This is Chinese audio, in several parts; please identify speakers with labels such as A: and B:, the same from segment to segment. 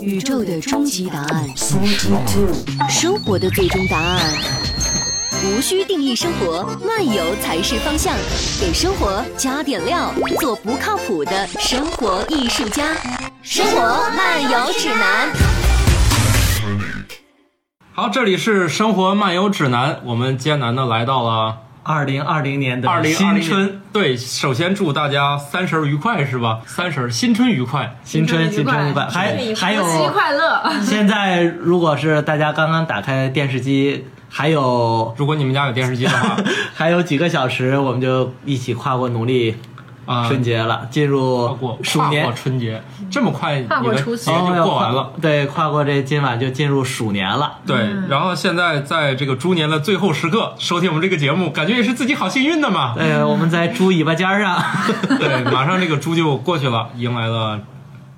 A: 宇宙的终极答案，生活的最终答案。无需定义生活，漫游才是方向。给生活加点料，做不靠谱的生活艺术家。生活漫游指南。
B: 好，这里是生活漫游指南，我们艰难的来到了
C: 二零二零年的
B: 二零
C: 新春，。
B: 对，首先祝大家三十儿愉快，是吧？三十儿新春愉快。
C: 新春新春愉快，还还有
D: 夫妻快乐，
C: 现在如果是大家刚刚打开电视机，还有
B: 如果你们家有电视机的话，
C: 还有几个小时，我们就一起跨过农历
B: 啊、
C: 春节了，进
B: 跨
C: 入
B: 过
C: 鼠
B: 跨
C: 年
B: 过。春节，这么快你
D: 跨过
B: 的
D: 除
B: 节
D: 夕
C: 哦
B: 就
C: 要
B: 过完了。
C: 跨对，跨过这今晚就进入鼠年了。
B: 对，
D: 嗯
B: 然后现在在这个猪年的最后时刻收听我们这个节目，感觉也是自己好幸运的 嘛。
C: 对，呃我们在猪尾巴尖儿上，
B: 对，马上这个猪就过去了，迎来了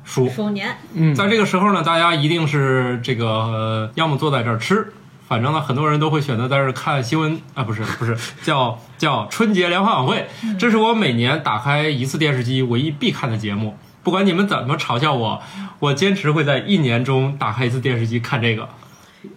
B: 鼠。
D: 鼠年
C: 嗯，
B: 在这个时候呢，大家一定是这个，呃、要么坐在这儿吃，反正呢，很多人都会选择在这儿看新闻啊，不是不是， 叫叫春节联欢晚会，这是我每年打开一次电视机唯一必看的节目。不管你们怎么嘲笑我，我坚持会在一年中打开一次电视机看这个。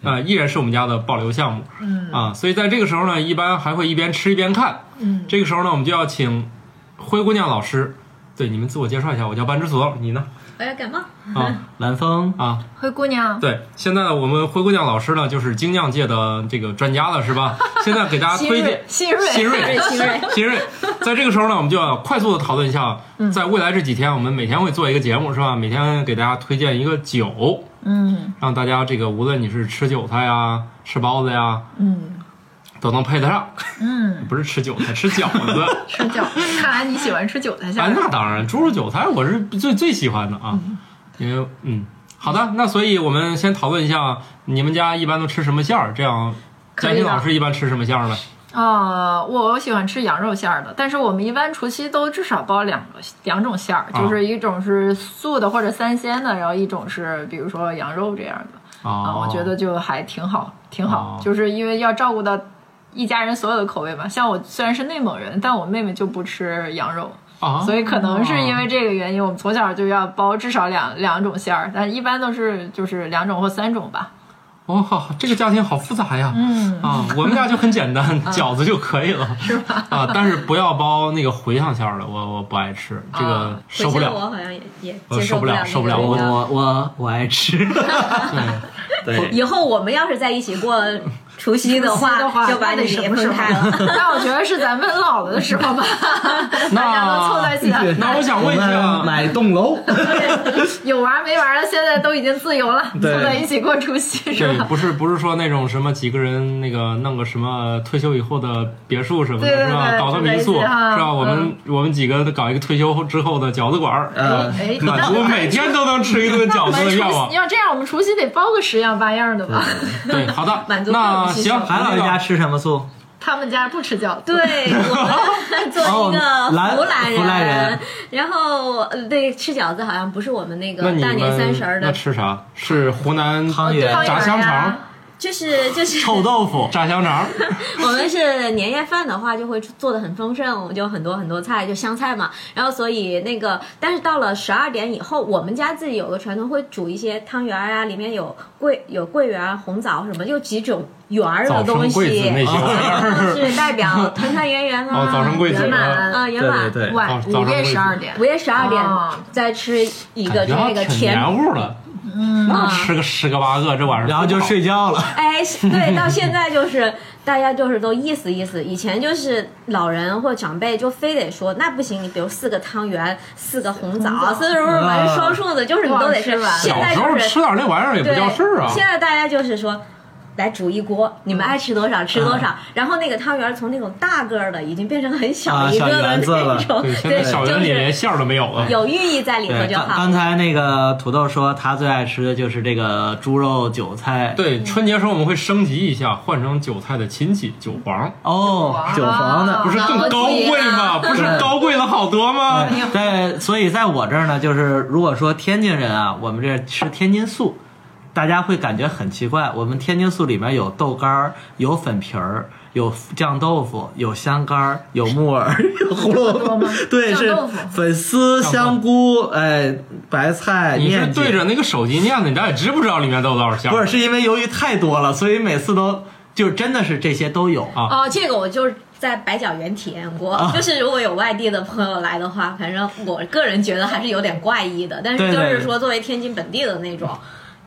B: 啊，依然是我们家的保留项目，嗯啊，所以在这个时候呢，一般还会一边吃一边看，嗯，这个时候呢，我们就要请灰姑娘老师，对你们自我介绍一下，我叫班之所，你呢？
E: 我要感冒。
B: 啊
C: 蓝风
B: 啊，
D: 灰姑娘
B: 对，现在我们灰姑娘老师呢，就是精酿界的这个专家了，是 吧？现在给大家
D: 新
B: 推
D: 锐
B: 荐
D: 新锐
B: 新锐，
E: 新锐
B: 新锐。在这个时候呢，我们就要快速的讨论一下，
D: 嗯
B: 在未来这几天，我们每天会做一个节目，是吧？每天给大家推荐一个酒，
D: 嗯
B: 让大家这个无论你是吃韭菜呀、吃包子呀，
D: 嗯
B: 都能配得上。
D: 嗯，
B: 不是吃韭菜，吃饺子。
D: 吃饺子。看来你喜欢吃韭 菜馅
B: 啊，
D: 儿
B: 那
D: 的。
B: 当然，猪肉韭菜我是最最喜欢的啊，因为嗯，好的，那所以我们先讨论一下你们家一般都吃什么馅儿，这样。
D: 可
B: 嘉
D: 以
B: 欣
D: 的
B: 老师一般吃什么馅儿呢？
D: 啊、我喜欢吃羊肉馅儿的，但是我们一般除夕都至少包两个两种馅儿，
B: 啊
D: 就是一种是素的或者三鲜的，然后一种是比如说羊肉这样的。啊，
B: 哦，
D: 我觉得就还挺好，挺好，
B: 哦
D: 就是因为要照顾到一家人所有的口味嘛。像我虽然是内蒙人，但我妹妹就不吃羊肉，
B: 啊，
D: 所以可能是因
B: 哦
D: 为这个原因，我们从小就要包至少两两种馅儿，但一般都是就是两种或三种吧。
B: 哦，好，这个家庭好复杂呀。
D: 嗯，啊
B: 啊，我们家就很 简单，饺子就可以了，是吧？啊，但是不要包那个茴香馅儿的，我我不爱吃，这个
D: 啊
B: 受不
E: 回家
B: 了。
E: 我好像也也
B: 我
E: 接
B: 受
E: 受
B: 不了
E: 了，
B: 受不了我
C: 我我我我爱 吃，嗯对，
E: 以后我们要是在一起过除夕的
D: 除夕的话
E: 就把你
D: 那得什
E: 给
D: 么时
E: 分
D: 候
E: 开 了。
D: 但我觉得是咱们老了的时候吧，大家都凑在一起了，
B: 那我想问一
C: 我
B: 下啊
C: 们，买栋 楼，
D: 有玩没玩的，现在都已经自由了，凑
C: 对
D: 在一起过除夕是
B: 对，
D: 吧？
B: 不是不是说那种什么几个人那个弄个什么退休以后的别墅什么的，
D: 对对
B: 是吧？
D: 对
B: 搞个
D: 住在
B: 民
D: 一
B: 宿
D: 起
B: 是
D: 哈
B: 吧？我们、
D: 嗯
B: 我们几个都搞一个退休后之后的饺子馆儿，
C: 呃，
D: 哎，
B: 满
D: 那
B: 足每天都能吃一顿
D: 那
B: 饺
D: 我
B: 子
D: 们
B: 的
D: 除
B: 愿 望
D: 夕。要这样，我们除夕得包个十样八样的吧？
B: 对，好的，
E: 满足各
B: 那
E: 种需求
B: 行，
C: 韩老师
B: 那
C: 家
B: 个
C: 吃什么素？
D: 他们家不吃饺子，
E: 对，我们做一
C: 哦兰
E: 个湖南
C: 湖南人
E: 然后呃对吃饺子好像不是我们那个
B: 那你
E: 大年三十
B: 们
E: 儿
B: 那
E: 的，
B: 吃啥？是湖南
C: 汤圆
D: 汤圆
B: 炸
D: 啊
B: 香
D: 呀
B: 肠、
E: 就是就是
C: 臭豆腐，
B: 炸香肠，
E: 我们是年夜饭的话，就会做的很丰盛，我们就很多很多菜，就香菜嘛。然后所以那个，但是到了十二点以后，我们家自己有个传统，会煮一些汤圆儿啊，里面有桂有桂圆儿、红枣什么，就几种圆儿
B: 哦早
E: 的东
B: 生贵子那
E: 西，
B: 些玩 意儿。
E: 是代表团团圆圆啊，
B: 哦早生贵子
E: 圆满
B: 啊
E: 啊，圆
C: 对对
E: 满。
C: 对，
B: 哦
D: 晚
B: 早
D: 午
B: 上
D: 夜
B: 会
D: 十二点
E: 午。夜十二点
D: 哦
E: 再吃一个
B: 感
E: 这
B: 觉
E: 个
B: 挺
E: 甜嗯
B: 黏糊的，那吃个十个八个，这晚上
C: 然后就
B: 睡。
C: 睡觉了。
E: 哎，是对，到现在就是大家就是都意思意思，以前就是老人或长辈就非得说那不行，你比如四个汤圆，四个红枣，四个什么反正双数的，就是你都得吃
D: 不好吃
E: 现
B: 小
E: 在
B: 时候
E: 就是
B: 吃点那玩意儿也不
E: 对，
B: 叫事儿啊。
E: 现在大家就是说。来煮一锅，你们爱吃多少吃多少。然后那个汤圆儿从那种大个儿的，已经变成很
C: 啊
E: 小一个
C: 小
E: 的
C: 圆子
E: 那
C: 了
E: 种，
B: 对，现在小
E: 就
B: 园里连
E: 是
B: 馅儿都没有了。
E: 有寓意在里头
C: 对，
E: 就
C: 刚
E: 好
C: 刚。才那个土豆说他最爱吃的就是这个猪肉韭菜，，
B: 对，春节时候我们会升级一下，换成韭菜的亲戚韭黄，
C: 哦，韭黄的
B: 不是更高贵吗？
D: 啊
B: 不是高贵了好多吗？
C: 哎对对，所以在我这儿呢，就是如果说天津人啊，我们这儿吃天津素，大家会感觉很奇怪。我们天津素里面有豆干儿，有粉皮儿，有酱豆腐，有香干儿，有木耳，有胡萝
D: 这
C: 卜
D: 么多吗，
C: 对，
D: 酱
C: 是
D: 豆腐
C: 粉
B: 酱
C: 丝、
B: 豆腐
C: 香菇，哎，白菜、
B: 你是
C: 面
B: 对
C: 筋。
B: 着那个手机念的，你到底知不知道里面都有多少馅儿？啊
C: 不是，是因为由于太多了，所以每次都就真的是这些都有。
B: 啊
E: 哦，这个我就是在百角园体验过，
C: 啊
E: 就是如果有外地的朋友来的话，反正我个人觉得还是有点怪异的。但是
C: 对
E: 就
C: 对
E: 是
C: 对
E: 说，作为天津本地的那种，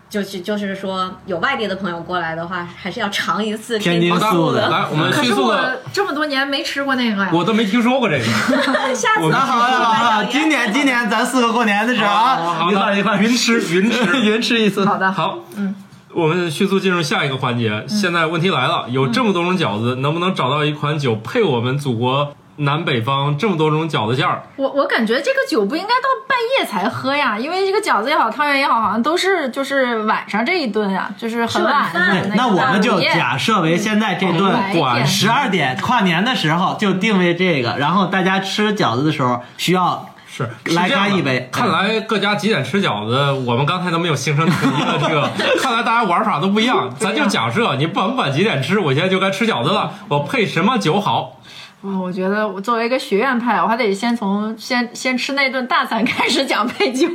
E: 就是就是说有外地的朋友过来的话，还是要尝一次
C: 天津
E: 这
B: 好
E: 种
C: 素的
B: 来，我 们
D: 可
B: 迅
D: 是
B: 速
D: 我
B: 的，
D: 这么多年没吃过那个呀。
B: 我都没听说过这个。
E: 下次
B: 我们
C: 那好了好了，今年今年咱四个过年的时候啊，
B: 好
C: 一块
B: 的，
C: 儿一块儿
B: 云吃云吃
C: 云吃一次。
D: 好的，
B: 好，嗯，我们迅速进入下一个环节。现在问题来了，有这么多种饺子，能不能找到一款酒配我们祖国南北方这么多种饺子馅儿？
D: 我我感觉这个酒不应该到半夜才喝呀，因为这个饺子也好，汤圆也好，好像都是就是晚上这一顿啊，就是很晚的
E: 是晚
D: 那
E: 饭
D: 个
C: 对，那我们就
D: 午夜
C: 假设为现在这顿
D: 晚一
B: 管
D: 点
B: 是
C: 十二点跨年的时候就定位这个，然后大家吃饺子的时候需要
B: 是
C: 来
B: 是这样的
C: 干一杯
B: 看来各家几点吃饺子，我们刚才都没有形成统一的这 个，看来大家玩法都不一样。咱就假设你甭管几点吃，我现在就该吃饺子了，我配什么酒 好？
D: 嗯，我觉得我作为一个学院派，我还得先从先先吃那顿大餐开始讲配酒，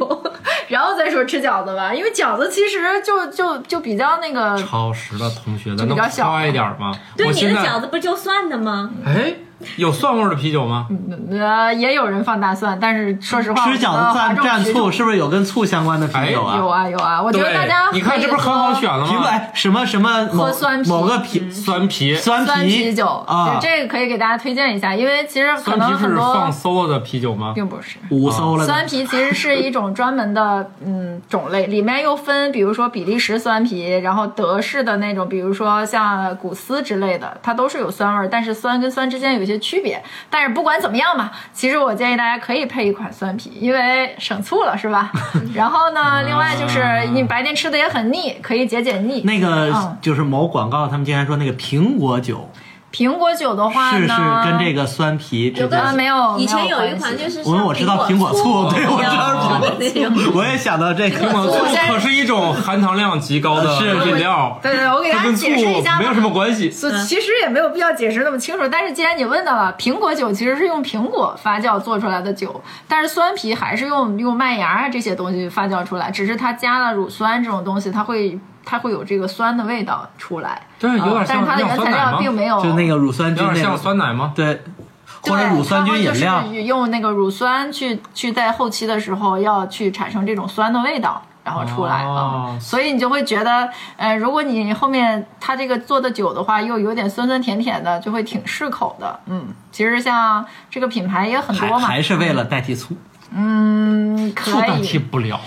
D: 然后再说吃饺子吧。因为饺子其实就就就比较那个，
B: 超时的同学，咱
D: 就比
B: 能
D: 较小
B: 快一点 吗？
E: 对
B: 我
E: 你的
B: 现在
E: 饺子不就蒜的吗？
B: 哎，有蒜味儿的啤酒吗？
D: 呃，也有人放大蒜，但是说实话，
C: 吃饺子蘸蘸醋，是不是有跟醋相关的啤酒
B: 哎
D: 有
C: 啊？
D: 啊有啊，我觉
B: 对
D: 得大家，
B: 你看这不是很好选了
C: 啤酒
B: 吗？
C: 哎，什么什么某
D: 喝酸啤嗯
C: 某个啤
B: 酸啤，
C: 酸
D: 酸啤酒
C: 啊
D: 就，这个可以给大家推荐一下，因为其实可
B: 酸
D: 能
B: 啤
D: 很
B: 是放
D: 多
B: 馊了的啤酒吗？
D: 并不是。
C: 五馊了的
D: 酸啤其实是一种专门的嗯种类，里面又分，比如说比利时酸啤，然后德式的那种，比如说像古斯之类的，它都是有酸味儿，但是酸跟酸之间有一些区别。但是不管怎么样嘛，其实我建议大家可以配一款酸啤，因为省醋了，是吧？然后呢，另外就是你白天吃的也很腻，可以解解腻。
C: 那个
D: 嗯
C: 就是某广告，他们竟然说那个苹果酒
D: 苹果酒的话
C: 是是
D: 呢，
C: 跟这个酸啤之
E: 有
C: 间
E: 个
D: 啊没有
E: 以前
D: 没有
E: 哦有一
D: 关
E: 款
D: 系
E: 就是
C: 我我知道苹果醋对我知道
E: 苹果醋
C: 我也想到这
B: 苹
C: 个，
B: 果醋可是一种含糖量极高 的
C: 是
B: 饮料，
D: 对对，我给大
B: 它
D: 家
B: 跟醋
D: 解释一下吧。
B: 没有什么关系。
D: 所以其实也没有必要解释那么清楚，但是既然你问到了，苹果酒其实是用苹果发酵做出来的酒，但是酸啤还是用用麦芽啊这些东西发酵出来，只是它加了乳酸这种东西，它会它会有这个酸的味道出来。
B: 对有点
D: 啊但
B: 像
D: 是它的原材
B: 像酸奶
D: 料
B: 吗
D: 并没有
C: 就那个乳酸
B: 有
C: 菌
B: 点
C: 那
B: 像
C: 个，
B: 酸奶吗？
C: 对，
D: 对
C: 或者乳酸菌饮
D: 它
C: 料
D: 们。就是用那个乳酸去去在后期的时候要去产生这种酸的味道，然后出来啊、
B: 哦
D: 嗯所以你就会觉得，呃，如果你后面它这个做的酒的话，又有点酸酸甜甜的，就会挺适口的。嗯，其实像这个品牌也很
C: 还
D: 多嘛，
C: 还是为了代替醋，
D: 嗯，
B: 醋
D: 可
B: 代替
D: 以。
B: 不了。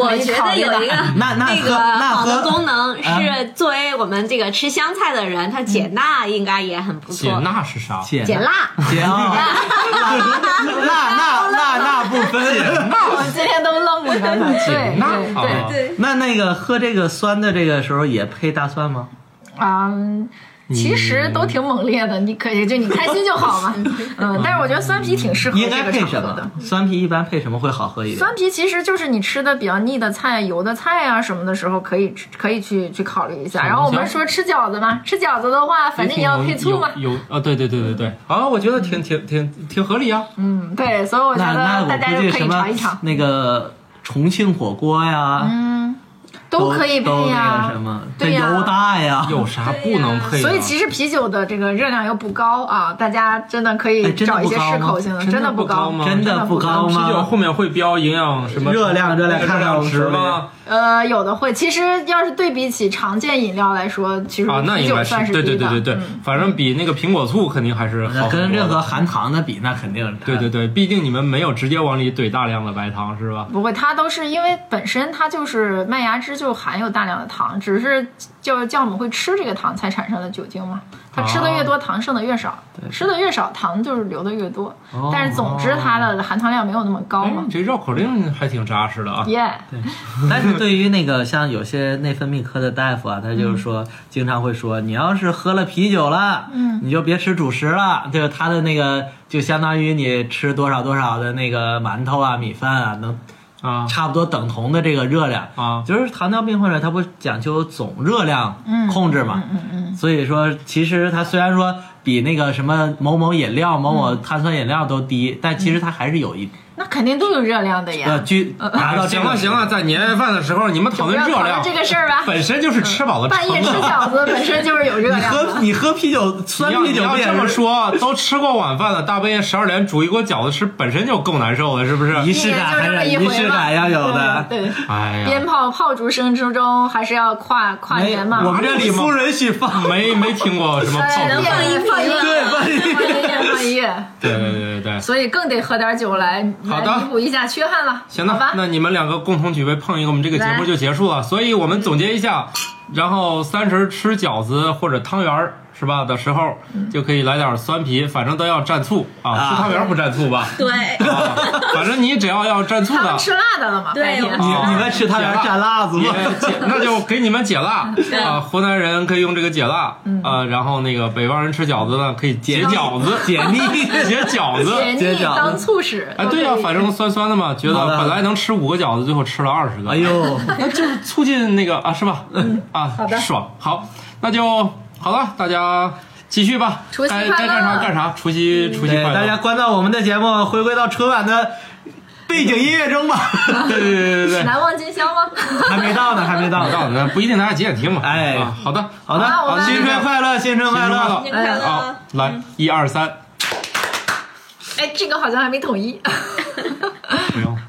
E: 我觉得有一 个
C: 那那
E: 嗯那
C: 喝
E: 个
C: 那
E: 好的
C: 喝啊
E: 功能是作为我们这个吃香菜的人，它解辣应该也很不
B: 解
E: 错。
B: 钠是啥？
C: 嗯解
E: 解辣，
C: 解啊，那那那那不分。
D: 我今天都愣 着呢，对
B: 钠
D: 对对，
B: 啊，
C: 那那个喝这个酸的这个时候也配大蒜吗？
D: 嗯，其实都挺猛烈的，你可以就你开心就 好嘛。嗯，但是我觉得酸啤挺适合
C: 应
D: 这
C: 该
D: 个
C: 配
D: 场合
C: 什
D: 的
C: 么。？酸啤一般配什么会好喝一点？
D: 酸啤其实就是你吃的比较腻的菜、油的菜啊什么的时候，可以吃可以去去考虑一下。然后我们说吃饺子嘛，吃饺子的话，反正也要配醋嘛。
B: 有有啊，对对对对对啊，我觉得挺挺挺挺合理啊。
D: 嗯，对，所以我觉
C: 那那我
D: 得大家
C: 估
D: 就
C: 计
D: 可
C: 什
D: 以
C: 么
D: 尝一尝，
C: 那个重庆火锅呀，
D: 都可以
C: 都
D: 配
C: 那
D: 呀
C: 个什。么，这
D: 对呀
C: 油大呀，
B: 有啥不能配的？啊
D: 所以其实啤酒的这个热量又不高啊，大家真的可以
C: 哎真的
D: 找一些
C: 不高
D: 适
C: 吗
D: 口性的，
B: 真的
D: 真的
B: 不
D: 不
B: 高吗
C: 真的不高
B: 啤酒
C: 吗？
B: 后面会标营养什么
C: 热量热量看看我们
B: 值
C: 手里
B: 吗？
D: 呃，有的会。其实要是对比起常见饮料来说，其实
B: 啊，那
D: 啤
B: 应
D: 酒
B: 该
D: 算
B: 是
D: 低
B: 对
D: 的。嗯
B: 对对对对，反正比那个苹果醋肯定还是好
C: 那
B: 很多的
C: 跟任何含糖的比，那肯定是它
B: 对对对，毕竟你们没有直接往里怼大量的白糖是吧？
D: 不会，它都是因为本身它就是麦芽汁就含有大量的糖，只是就是酵母会吃这个糖才产生的酒精嘛。它吃的越多，糖剩的越少；吃的越少，糖就是留的越多。但是总之它的含糖量没有那么高
B: 哎
D: 嘛，。
B: 这绕口令还挺扎实的啊。
D: 耶、
C: 但是对于那个像有些内分泌科的大夫啊，他就是说，经常会说，你要是喝了啤酒了，嗯，你就别吃主食了，就是他的那个，就相当于你吃多少多少的那个馒头啊、米饭啊，能
B: 啊
C: 差不多等同的这个热量。
B: 啊
C: 就是糖尿病患者他不讲究总热量
D: 嗯
C: 控制嘛，
D: 嗯嗯
C: 所以说其实它虽然说比那个什么某某饮料、某某碳酸饮料都低，但其实它还是有一
D: 嗯，那肯定都有热量的呀。
C: 呃，居达到这
B: 行
C: 个
B: 了行了，在年夜饭的时候，你们讨论
D: 就不要
B: 热
D: 讨论
B: 量
D: 这个事儿 吧
B: 本身就是吃饱了
D: 半 夜
B: 撑
D: 吃
B: 的。
D: 饺子本身就是有热
C: 你
D: 量的。
C: 喝你喝啤酒酸
B: 你要
C: 啤
B: 你
C: 酒
B: 要
C: 不也
B: 这么
C: 是
B: 说，都吃过晚饭了，大半夜十二点煮一锅饺子吃，本身就够难受了，是不是？
C: 仪式感
D: 一
C: 还
D: 年
C: 是
D: 就这么一
C: 仪
D: 回
C: 式
D: 嘛
C: 感要有的。
D: 对，对
B: 哎呀
D: 鞭，炮炮竹声之中，还是要跨跨
C: 没
D: 年嘛。
C: 我们这里
B: 不
C: 不允许放。
B: 没没听过 什么泡
D: 哎
E: 能
B: 芙
E: 放一放一
D: 对
C: 对，
E: 乐，
C: 万一
D: 放音乐，放音乐，
B: 对对对对对。
D: 所以更得喝点酒来
B: 好的
D: 来弥补一下缺憾了。
B: 行
D: 好
B: 了
D: 吧，，
B: 那你们两个共同举杯碰一个，我们这个节目
D: 来
B: 就结束了。所以我们总结一下，然后三十吃饺子或者汤圆儿是吧的时候，就可以来点酸皮，反正都要蘸醋啊。
C: 啊
B: 吃汤圆儿不蘸醋吧？
E: 对，
B: 啊，反正你只要要蘸醋
D: 他
B: 的
D: 们，吃辣的了嘛？
E: 对
D: 白天
E: 我
C: 你
E: 们
C: 你们吃汤圆蘸辣子
B: 也
C: 吗？
B: 解，那就给你们解辣啊。湖南人可以用这个解辣
D: 嗯
B: 啊，然后那个北方人吃饺子呢，可以解饺子，
C: 解腻。
B: 解饺子。
D: 解
C: 接
D: 腻
C: 饺子
D: 当促使。
B: 哎，对呀、反正酸酸的嘛，觉得
C: 好的
B: 本来能吃五个饺子，最后吃了二十个。
C: 哎呦，
B: 那就是促进那个啊，是吧？嗯啊，好
D: 的
B: 爽，好，那就好了，大家继续吧，
D: 除夕
B: 该
D: 快
B: 该干啥
D: 乐嗯
B: 干啥，除夕除夕
C: 对，
B: 快乐，
C: 大家关到我们的节目，回归到春晚的背景音乐 中吧。
B: 对对对对对，
D: 难忘今宵吗？
C: 还没到呢，还没到
B: 好
C: 呢。
B: 到那不一定大家几点听嘛，
C: 哎
B: 啊好的
C: 好的，
D: 好我们
C: 新春快乐，新春快
B: 新春快
C: 乐
B: 乐。
E: 新年快乐
B: 哎好。，
D: 嗯
B: 来一二三，
D: 哎，这个好像还没统一。
B: 不用。